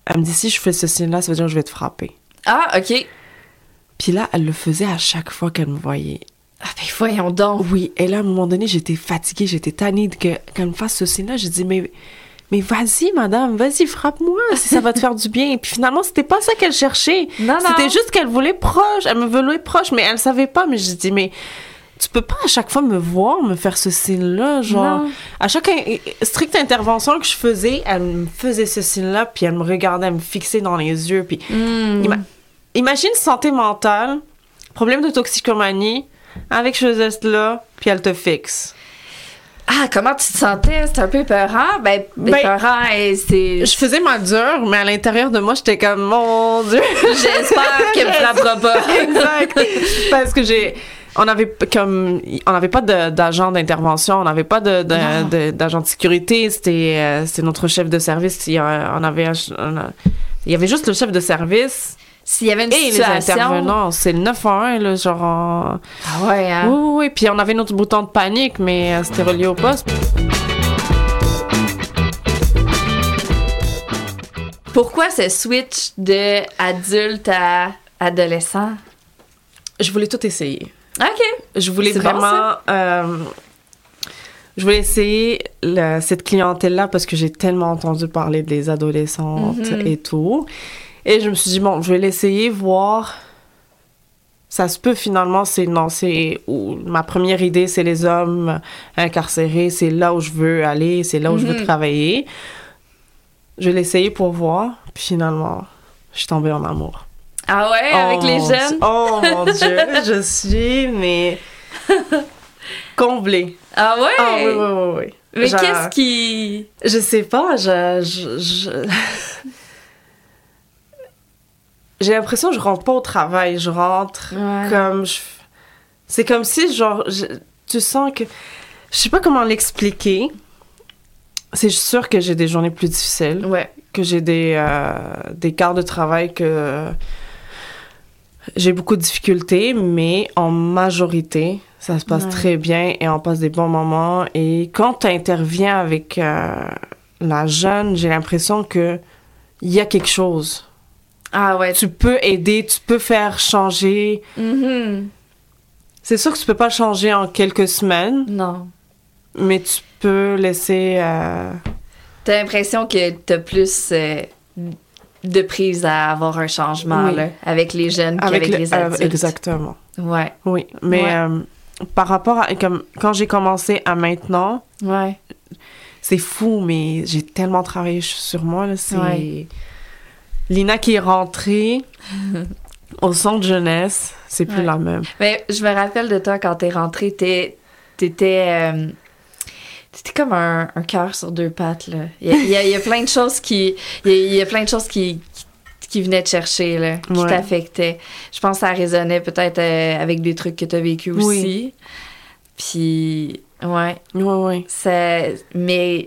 S4: Elle me dit si je fais ce signe-là, ça veut dire que je vais te frapper.
S1: Ah, OK.
S4: Puis là, elle le faisait à chaque fois qu'elle me voyait.
S1: Ah, ben voyons donc.
S4: Oui, et là, à un moment donné, j'étais fatiguée, j'étais tannée de que, qu'elle me fasse ce signe-là. J'ai dit, mais, mais vas-y, madame, vas-y, frappe-moi si ça va te faire du bien. Et puis finalement, c'était pas ça qu'elle cherchait.
S1: Non, non.
S4: C'était juste qu'elle voulait proche, elle me voulait proche, mais elle savait pas. Mais j'ai dit, mais tu peux pas à chaque fois me voir, me faire ce signe-là, genre.
S1: Non.
S4: À chaque in- stricte intervention que je faisais, elle me faisait ce signe-là, puis elle me regardait, elle me fixait dans les yeux, puis
S1: Hmm.
S4: Ima- Imagine santé mentale, problème de toxicomanie, avec ce geste-là, puis elle te fixe.
S1: Ah, comment tu te sentais? C'était un peu peurant? Ben,
S4: Ben,
S1: peurant, et c'est...
S4: <laughs> Je faisais ma dure, mais à l'intérieur de moi, j'étais comme, mon Dieu! <laughs>
S1: J'espère qu'elle me frappera pas.
S4: exact! Parce que j'ai. On avait p- comme on n'avait pas de- d'agent d'intervention, on n'avait pas de-
S1: Non.
S4: de- de- d'agent de, sécurité. C'était euh, c'était notre chef de service. Il y a- on avait un ch- on a- il y avait juste le chef de service
S1: S'il y avait une
S4: et les
S1: situation...
S4: intervenants. C'est le 911 là, genre. on-
S1: Ah ouais, hein?
S4: Oui, oui, oui. Puis on avait notre bouton de panique, mais euh, c'était relié au poste.
S1: Pourquoi ce switch de adulte à adolescent?
S4: Je voulais tout essayer.
S1: OK.
S4: Je voulais
S1: C'est bon,
S4: vraiment.
S1: ça.
S4: euh, je voulais essayer la- cette clientèle-là parce que j'ai tellement entendu parler des adolescentes
S1: Mhm.
S4: et tout. Et je me suis dit, bon, je vais l'essayer, voir. Ça se peut finalement, c'est non, c'est. ou- Ma première idée, c'est les hommes incarcérés, c'est là où je veux aller, c'est là où je veux
S1: Mhm.
S4: travailler. Je vais l'essayer pour voir, puis finalement, je suis tombée en amour.
S1: Ah ouais, avec
S4: Oh,
S1: les
S4: mon Dieu.
S1: jeunes?
S4: Oh mon Dieu, je suis, mais. comblée.
S1: Ah ouais?
S4: Ah oui, oui, oui, oui.
S1: Mais
S4: Genre-
S1: qu'est-ce qui...
S4: Je sais pas, je. je- je- J'ai l'impression que je rentre pas au travail, je rentre
S1: Ouais.
S4: comme. je- C'est comme si, genre, je- tu sens que. Je sais pas comment l'expliquer. C'est sûr que j'ai des journées plus difficiles,
S1: Ouais.
S4: que j'ai des, euh, des quarts de travail que. J'ai beaucoup de difficultés, mais en majorité, ça se passe
S1: Ouais.
S4: très bien et on passe des bons moments. Et quand tu interviens avec euh, la jeune, j'ai l'impression que il y a quelque chose.
S1: Ah ouais.
S4: Tu peux aider, tu peux faire changer. Mm-hmm.
S1: Mhm.
S4: C'est sûr que tu peux pas changer en quelques semaines,
S1: Non.
S4: mais tu peux laisser. euh,
S1: T'as l'impression que t'as plus euh, de prise à avoir un changement
S4: Oui.
S1: là, avec les jeunes qu'avec
S4: le-
S1: les
S4: euh,
S1: adultes.
S4: exactement.
S1: Ouais.
S4: Oui, mais
S1: Ouais.
S4: euh, par rapport à comme quand j'ai commencé à maintenant,
S1: Ouais.
S4: C'est fou, mais j'ai tellement travaillé ch- sur moi. Là, c'est...
S1: Ouais.
S4: Lina qui
S1: <laughs>
S4: est rentrée au centre jeunesse, c'est plus
S1: Ouais.
S4: la même.
S1: Mais Ben, je me rappelle de toi quand t'es rentrée, t'es- t'étais. euh, t'étais comme un, un cœur sur deux pattes, là. Il y a, il y a- il y a plein de choses qui. Il y a, il y a plein de choses qui. qui- qui venaient te chercher, là, qui
S4: Ouais.
S1: t'affectaient. Je pense que ça résonnait peut-être euh, avec des trucs que t'as vécu
S4: Oui.
S1: aussi. Puis, ouais,
S4: Oui, oui.
S1: ça, mais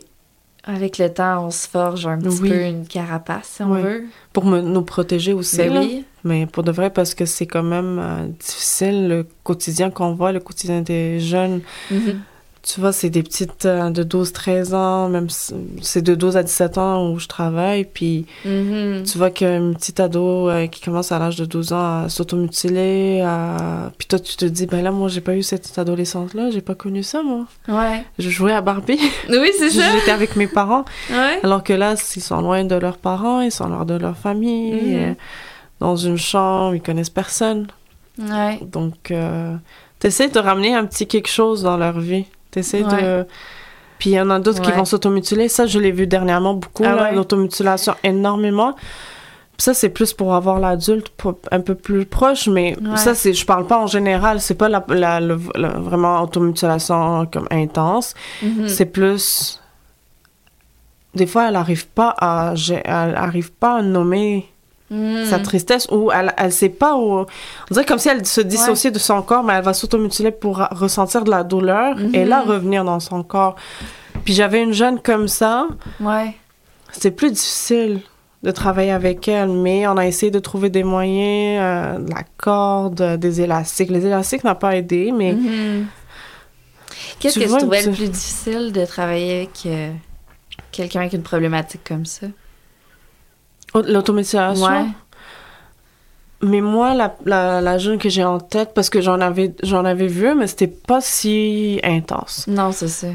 S1: avec le temps, on se forge un petit
S4: Oui.
S1: peu une carapace, si on
S4: Oui.
S1: veut.
S4: Pour me- nous protéger aussi.
S1: Ben
S4: là.
S1: oui.
S4: Mais pour de vrai, parce que c'est quand même euh, difficile le quotidien qu'on voit, le quotidien des jeunes.
S1: Mhm.
S4: Tu vois, c'est des petites euh, de 12-13 ans, même si- c'est de 12 à 17 ans où je travaille. Puis
S1: Mhm.
S4: Tu vois qu'une petite ado euh, qui commence à l'âge de 12 ans à s'automutiler, à... puis toi tu te dis, ben là moi j'ai pas eu cette adolescence-là, j'ai pas connu ça moi.
S1: Ouais.
S4: Je jouais à Barbie,
S1: Oui, <laughs> c'est ça.
S4: j'étais avec mes parents,
S1: Ouais.
S4: alors que là ils sont loin de leurs parents, ils sont loin de leur famille,
S1: Mhm.
S4: euh, dans une chambre, ils connaissent personne.
S1: Ouais.
S4: Donc euh, t'essaies de ramener un petit quelque chose dans leur vie, t'essaies
S1: Ouais.
S4: de... Puis il y en a d'autres qui
S1: Ouais.
S4: vont s'automutiler. Ça, je l'ai vu dernièrement beaucoup,
S1: Ah
S4: là,
S1: ouais?
S4: l'automutilation énormément. Puis ça, c'est plus pour avoir l'adulte pro- un peu plus proche, mais
S1: Ouais.
S4: ça, c'est, je parle pas en général, c'est pas la, la- le- le- vraiment automutilation comme intense.
S1: Mhm.
S4: C'est plus. Des fois, elle n'arrive pas à, gé- elle arrive pas à nommer
S1: Mhm.
S4: sa tristesse ou elle, elle sait pas où. On dirait comme si elle se dissociait de son corps, mais elle va s'automutiler pour ra- ressentir de la douleur et
S1: Mhm.
S4: là revenir dans son corps. Puis j'avais une jeune comme ça,
S1: Ouais.
S4: c'était plus difficile de travailler avec elle, mais on a essayé de trouver des moyens, euh, de la corde, euh, des élastiques. Les élastiques n'ont pas aidé, mais
S1: Mhm. Qu'est-ce
S4: Tu
S1: que tu
S4: vois,
S1: trouvais le
S4: tu-
S1: plus difficile de travailler avec euh, quelqu'un avec une problématique comme ça?
S4: au- l'automutilation.
S1: Ouais.
S4: Mais moi, la, la, la jeune que j'ai en tête, parce que j'en avais, j'en avais vu, mais c'était pas si intense.
S1: Non, c'est ça.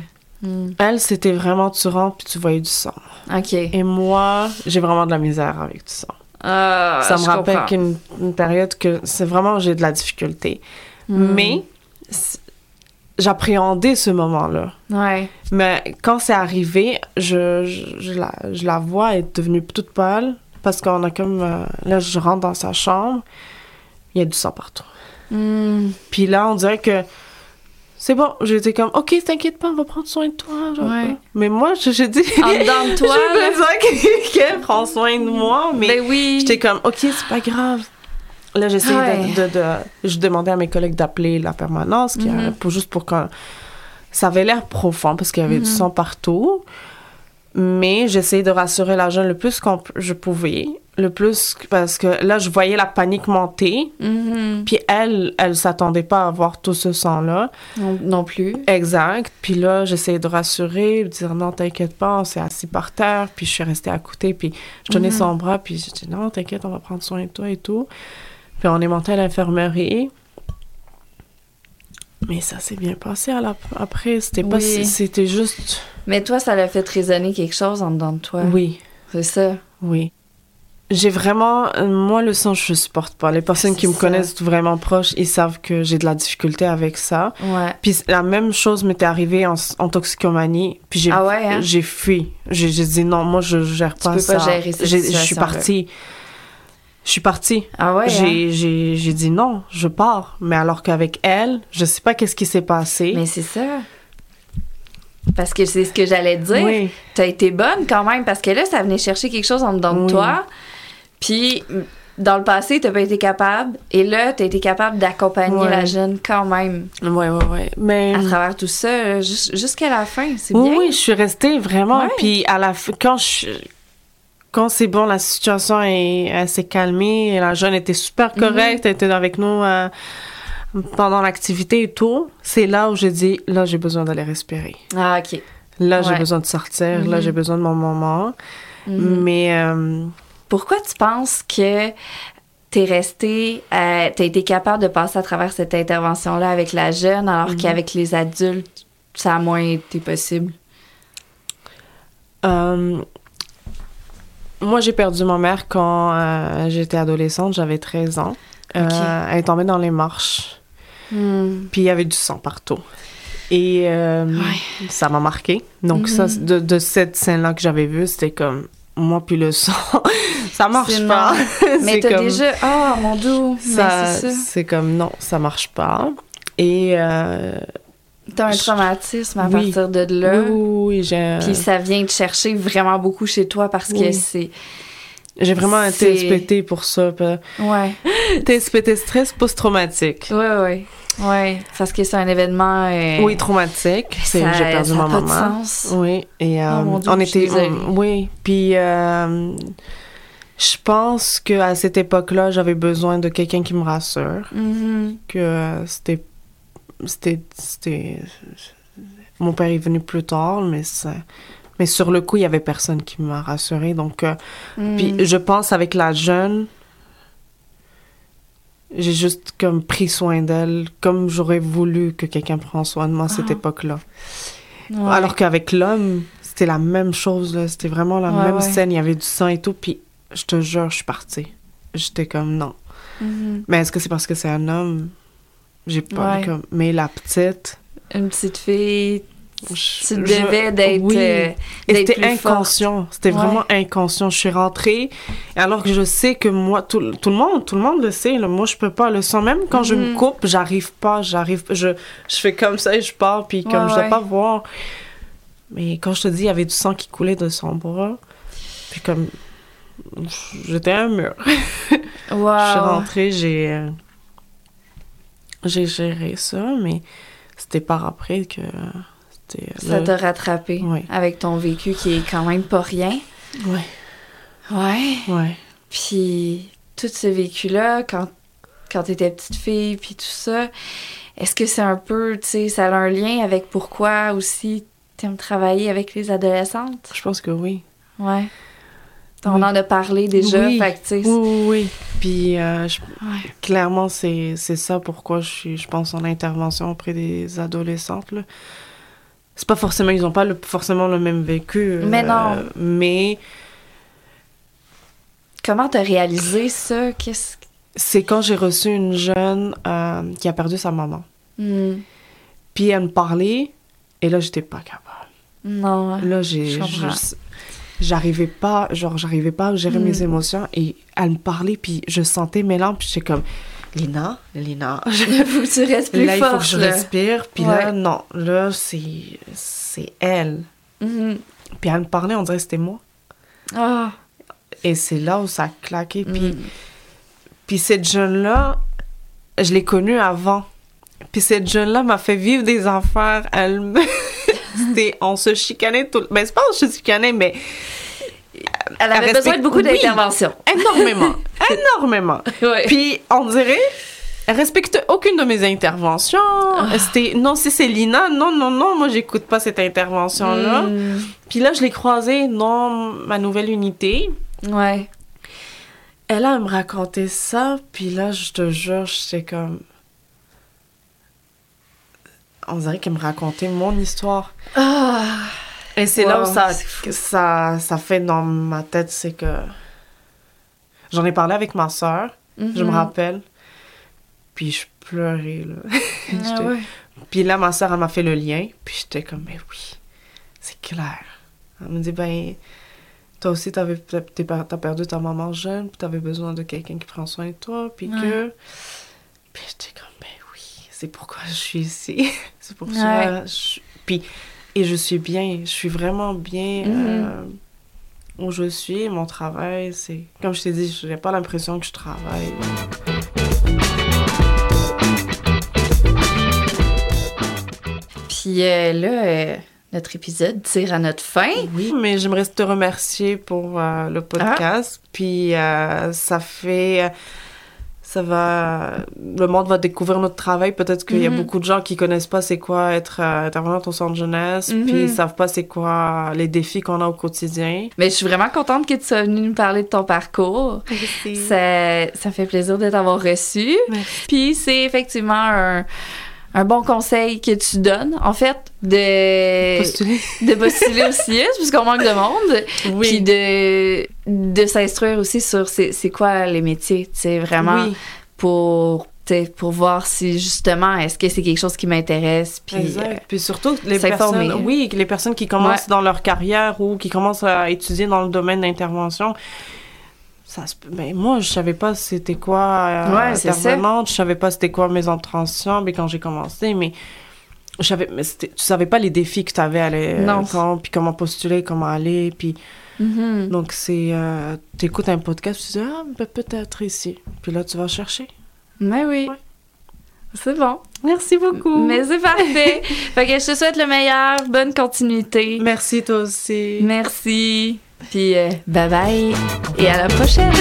S1: Mhm.
S4: Elle, c'était vraiment tu rentres puis tu voyais du sang.
S1: OK.
S4: Et moi, j'ai vraiment de la misère avec tout ça.
S1: Ah,
S4: ça me
S1: je
S4: rappelle
S1: comprends.
S4: qu'une une période que c'est vraiment j'ai de la difficulté.
S1: Mhm.
S4: Mais c'est- j'appréhendais ce moment-là.
S1: Ouais.
S4: Mais quand c'est arrivé, je, je, je la, je la vois être devenue toute pâle parce qu'on a comme euh, là je rentre dans sa chambre, il y a du sang partout. <laughs>
S1: Mhm.
S4: Puis là on dirait que c'est bon, j'étais comme ok t'inquiète pas, on va prendre soin de toi. genre.
S1: Ouais.
S4: Mais moi je- j'ai dit
S1: En dedans de toi,
S4: <laughs> j'ai
S1: là.
S4: besoin que- qu'elle prenne soin de moi, mais
S1: Ben oui.
S4: J'étais comme, OK, c'est pas grave. Là, j'essayais
S1: Ouais.
S4: de, de- de- Je demandais à mes collègues d'appeler la permanence, qui,
S1: Mhm.
S4: euh, pour, juste pour qu'on. Ça avait l'air profond parce qu'il y avait du sang partout. Mais j'essayais de rassurer la jeune le plus que je pouvais. Le plus. que- Parce que là, je voyais la panique monter.
S1: Mhm.
S4: Puis elle, elle s'attendait pas à voir tout ce sang-là.
S1: Non, non plus.
S4: Exact. Puis là, j'essayais de rassurer, de dire non, t'inquiète pas, on s'est assis par terre. Puis je suis restée à côté, puis je tenais
S1: Mhm.
S4: son bras, puis je dis non, t'inquiète, on va prendre soin de toi et tout. Puis on est monté à l'infirmerie. Mais ça s'est bien passé à la- après. C'était pas,
S1: Oui.
S4: c'était juste.
S1: Mais toi, ça l'a fait résonner quelque chose en dedans de toi.
S4: Oui,
S1: C'est ça.
S4: oui. J'ai vraiment, euh, moi, le sang, je supporte pas. Les personnes qui
S1: C'est
S4: me
S1: ça.
S4: connaissent vraiment proche, ils savent que j'ai de la difficulté avec ça.
S1: Ouais.
S4: Puis la même chose m'était arrivée en, en toxicomanie. Puis j'ai
S1: Ah ouais, hein?
S4: j'ai fui. J'ai j'ai dit non, moi je gère pas
S1: peux
S4: ça.
S1: pas gérer cette
S4: J'ai- Je suis
S1: situation-là.
S4: partie. Je suis partie.
S1: Ah ouais? hein?
S4: j'ai, j'ai, j'ai dit non, je pars. Mais alors qu'avec elle, je sais pas qu'est-ce qui s'est passé.
S1: Mais c'est ça. Parce que c'est ce que j'allais te dire.
S4: Oui.
S1: T'as été bonne quand même, parce que là, ça venait chercher quelque chose en dedans de
S4: Oui.
S1: toi. Puis, dans le passé, t'as pas été capable. Et là, t'as été capable d'accompagner
S4: Ouais.
S1: la jeune quand même
S4: Ouais, ouais, ouais. Mais.
S1: à travers tout ça, euh, jus- jusqu'à la fin. C'est
S4: Oui,
S1: bien.
S4: oui, je suis restée vraiment.
S1: Ouais.
S4: Puis à la fin, quand je. Quand c'est bon, la situation est, elle s'est calmée. et la jeune était super
S1: Mhm.
S4: correcte. Elle était avec nous euh, pendant l'activité et tout. C'est là où j'ai dit là, j'ai besoin d'aller respirer.
S1: Ah, OK.
S4: Là, j'ai
S1: Ouais.
S4: besoin de sortir. Là,
S1: Mhm.
S4: j'ai besoin de mon moment.
S1: Mhm.
S4: Mais euh,
S1: Pourquoi tu penses que t'es resté, euh, t'as été capable de passer à travers cette intervention-là avec la jeune,
S4: Mm.
S1: alors qu'avec les adultes, ça a moins été possible?
S4: euh, moi, j'ai perdu ma mère quand euh, j'étais adolescente. J'avais 13 ans. Euh, elle est tombée dans les marches. Puis il y avait du sang partout. Et euh, ça m'a marqué. Donc, ça,
S1: Mhm.
S4: de, de cette scène-là que j'avais vue, c'était comme moi puis le <laughs> sang. ça marche
S1: C'est
S4: pas.
S1: non. <laughs> Mais
S4: C'est
S1: t'as
S4: comme-
S1: déjà. Oh mon dieu!
S4: ça-
S1: mais c'est ça.
S4: C'est comme non, ça marche pas. Et euh,
S1: T'as un
S4: je-
S1: traumatisme à
S4: Oui.
S1: partir de là.
S4: oui, oui, oui, j'ai
S1: Puis ça vient te chercher vraiment beaucoup chez toi parce que
S4: Oui.
S1: c'est.
S4: j'ai vraiment un
S1: c'est-
S4: TSPT pour ça. pas-
S1: Ouais.
S4: TSPT stress post-traumatique.
S1: Ouais, ouais. Ouais. Parce que c'est un événement. euh,
S4: Oui, traumatique. C'est
S1: ça-
S4: j'ai perdu
S1: ça
S4: ma
S1: a pas de
S4: maman.
S1: sens.
S4: Oui, et euh,
S1: Oh mon Dieu,
S4: on
S1: je suis
S4: était.
S1: désolée.
S4: on- oui, puis euh, je pense que à cette époque-là, j'avais besoin de quelqu'un qui me rassure,
S1: Mhm.
S4: que euh, c'était, c'était, c'était. Mon père est venu plus tard, mais ça. Mais sur le coup, il y avait personne qui m'a rassurée. Donc, euh,
S1: Mhm.
S4: puis je pense avec la jeune, j'ai juste comme pris soin d'elle, comme j'aurais voulu que quelqu'un prenne soin de moi à cette
S1: Ah.
S4: époque-là.
S1: Ouais.
S4: Alors qu'avec l'homme, c'était la même chose, là. C'était vraiment la
S1: Ouais,
S4: même
S1: ouais.
S4: scène. Il y avait du sang et tout. Puis, je te jure, je suis partie. J'étais comme non.
S1: Mhm.
S4: Mais est-ce que c'est parce que c'est un homme? J'ai pas.
S1: Ouais.
S4: Comme... Mais la petite.
S1: Une petite fille.
S4: je-
S1: Tu
S4: je-
S1: devais d'être.
S4: oui.
S1: euh,
S4: Et
S1: d'être
S4: c'était
S1: plus forte.
S4: inconscient. C'était
S1: Ouais.
S4: vraiment inconscient. Je suis rentrée. Alors que je sais que moi, tout, tout le monde, tout le monde le sait. là. Moi, je peux pas le sang. Même quand je
S1: Mhm.
S4: me coupe, j'arrive pas. J'arrive. Je, je fais comme ça et je pars. Puis comme
S1: Ouais,
S4: je dois
S1: ouais.
S4: pas voir. Mais quand je te dis, il y avait du sang qui coulait de son bras. Puis comme. J'étais à un mur. Je suis
S1: Wow.
S4: rentrée, j'ai. euh, J'ai géré ça, mais c'était par après que. euh, C'était.
S1: Ça
S4: le-
S1: t'a rattrapé
S4: Oui.
S1: avec ton vécu qui est quand même pas rien.
S4: Ouais,
S1: Ouais.
S4: ouais.
S1: Puis tout ce vécu-là, quand, quand t'étais petite fille, puis tout ça, est-ce que c'est un peu, tu sais, ça a un lien avec pourquoi aussi t'aimes travailler avec les adolescentes?
S4: Je pense que oui.
S1: Ouais. On
S4: Oui.
S1: en a parlé déjà,
S4: Oui.
S1: fait que, tu sais,
S4: Oui, oui, oui. Puis, euh, je-
S1: Ouais.
S4: clairement, c'est c'est ça pourquoi je suis, je pense, en intervention auprès des adolescentes. là. C'est pas forcément, ils ont pas le, forcément le même vécu. euh,
S1: Mais non.
S4: Mais
S1: comment t'as réalisé ça? Qu'est-ce que...
S4: c'est quand j'ai reçu une jeune euh, qui a perdu sa maman.
S1: Hmm.
S4: Puis elle me parlait, et là, j'étais pas capable.
S1: Non.
S4: <laughs>
S1: <laughs> ouais.
S4: Là, j'ai.
S1: Ah, Je comprends.
S4: je- J'arrivais pas, genre, j'arrivais pas à gérer
S1: Mm.
S4: mes émotions et elle me parlait, puis je sentais mes larmes, puis j'étais comme, Lina, Lina,
S1: Là, faut que tu restes plus
S4: là, il faut que
S1: forte,
S4: je
S1: là.
S4: respire, puis
S1: Ouais.
S4: là, non, là, c'est c'est elle.
S1: Mhm.
S4: Puis elle me parlait, on dirait que c'était moi.
S1: Ah.
S4: Et c'est là où ça a claqué. Puis,
S1: Mm.
S4: puis cette jeune-là, je l'ai connue avant. Puis cette jeune-là m'a fait vivre des affaires. Elle me- <laughs> C'était, on se chicanait tout le... Mais c'est pas on se chicanait, mais
S1: Elle avait
S4: respect-
S1: besoin de beaucoup
S4: Oui.
S1: d'intervention. <laughs>
S4: énormément, énormément.
S1: Ouais.
S4: Puis on dirait, elle respecte aucune de mes interventions.
S1: Ah.
S4: C'était, non, si c'est Lina, non, non, non, moi j'écoute pas cette intervention-là.
S1: Hmm.
S4: Puis là, je l'ai croisée dans ma nouvelle unité.
S1: Ouais.
S4: Elle a me raconté ça, puis là, je te jure, j'étais comme. On dirait qu'elle me racontait mon histoire.
S1: Ah.
S4: Et c'est là où
S1: Wow,
S4: ça,
S1: c'est fou.
S4: ça, ça fait dans ma tête, c'est que. J'en ai parlé avec ma soeur, je me
S1: Mhm.
S4: rappelle. Puis je pleurais, là. <laughs>
S1: Ah
S4: J'étais-
S1: ouais.
S4: Puis là, ma soeur, elle m'a fait le lien. Puis j'étais comme, mais oui, c'est clair. Elle me dit, ben, toi aussi, t'avais- t'as t'es per- t'as perdu ta maman jeune, puis t'avais besoin de quelqu'un qui prend soin de toi, puis
S1: Ouais.
S4: que... Puis j'étais comme, ben oui, c'est pourquoi je suis ici. <laughs> c'est pour
S1: Ouais.
S4: ça. je- Puis, et je suis bien, je suis vraiment bien
S1: Mhm.
S4: euh, où je suis, mon travail, c'est... Comme je t'ai dit, j'ai pas l'impression que je travaille.
S1: Puis euh, là, euh, notre épisode tire à notre fin.
S4: Oui, mais j'aimerais te remercier pour euh, le podcast. Puis euh, ça fait. Ça va. Le monde va découvrir notre travail. Peut-être qu'il y a
S1: Mhm.
S4: beaucoup de gens qui connaissent pas c'est quoi être euh, intervenante au centre jeunesse.
S1: Mhm.
S4: Puis ils savent pas c'est quoi les défis qu'on a au quotidien.
S1: Mais je suis vraiment contente que tu sois venue nous parler de ton parcours. Ça, ça fait plaisir de t'avoir reçu.
S4: Merci.
S1: Puis c'est effectivement un, un bon conseil que tu donnes, en fait, de
S4: Postuler.
S1: de postuler au CIUS, puisqu'on manque de monde. Puis
S4: <laughs> Oui.
S1: de, de s'instruire aussi sur c'est c'est quoi les métiers, tu sais, vraiment
S4: Oui.
S1: pour, tu sais, pour voir si justement est-ce que c'est quelque chose qui m'intéresse. Puis, euh,
S4: Exact. Puis surtout, les
S1: s'informer.
S4: personnes, oui, que les personnes qui commencent dans leur carrière ou qui commencent à étudier dans le domaine d'intervention, ça se peut- ben, moi, je savais pas c'était quoi euh,
S1: Ouais, c'est ça.
S4: intervenante, je savais pas c'était quoi mes entraînements, mais quand j'ai commencé, mais je savais, mais c'était- tu savais pas les défis que tu avais à aller,
S1: Non.
S4: quand, puis comment postuler, comment aller, puis
S1: euh, mhm.
S4: donc c'est, euh, t'écoutes un podcast, tu dis ah ben, peut-être ici, puis là tu vas chercher.
S1: Mais oui.
S4: Ouais.
S1: C'est bon.
S4: Merci beaucoup.
S1: Mais c'est
S4: <laughs>
S1: parfait. fait que je te souhaite le meilleur. Bonne continuité.
S4: Merci toi aussi.
S1: Merci. Puis euh, bye bye. Et à la prochaine.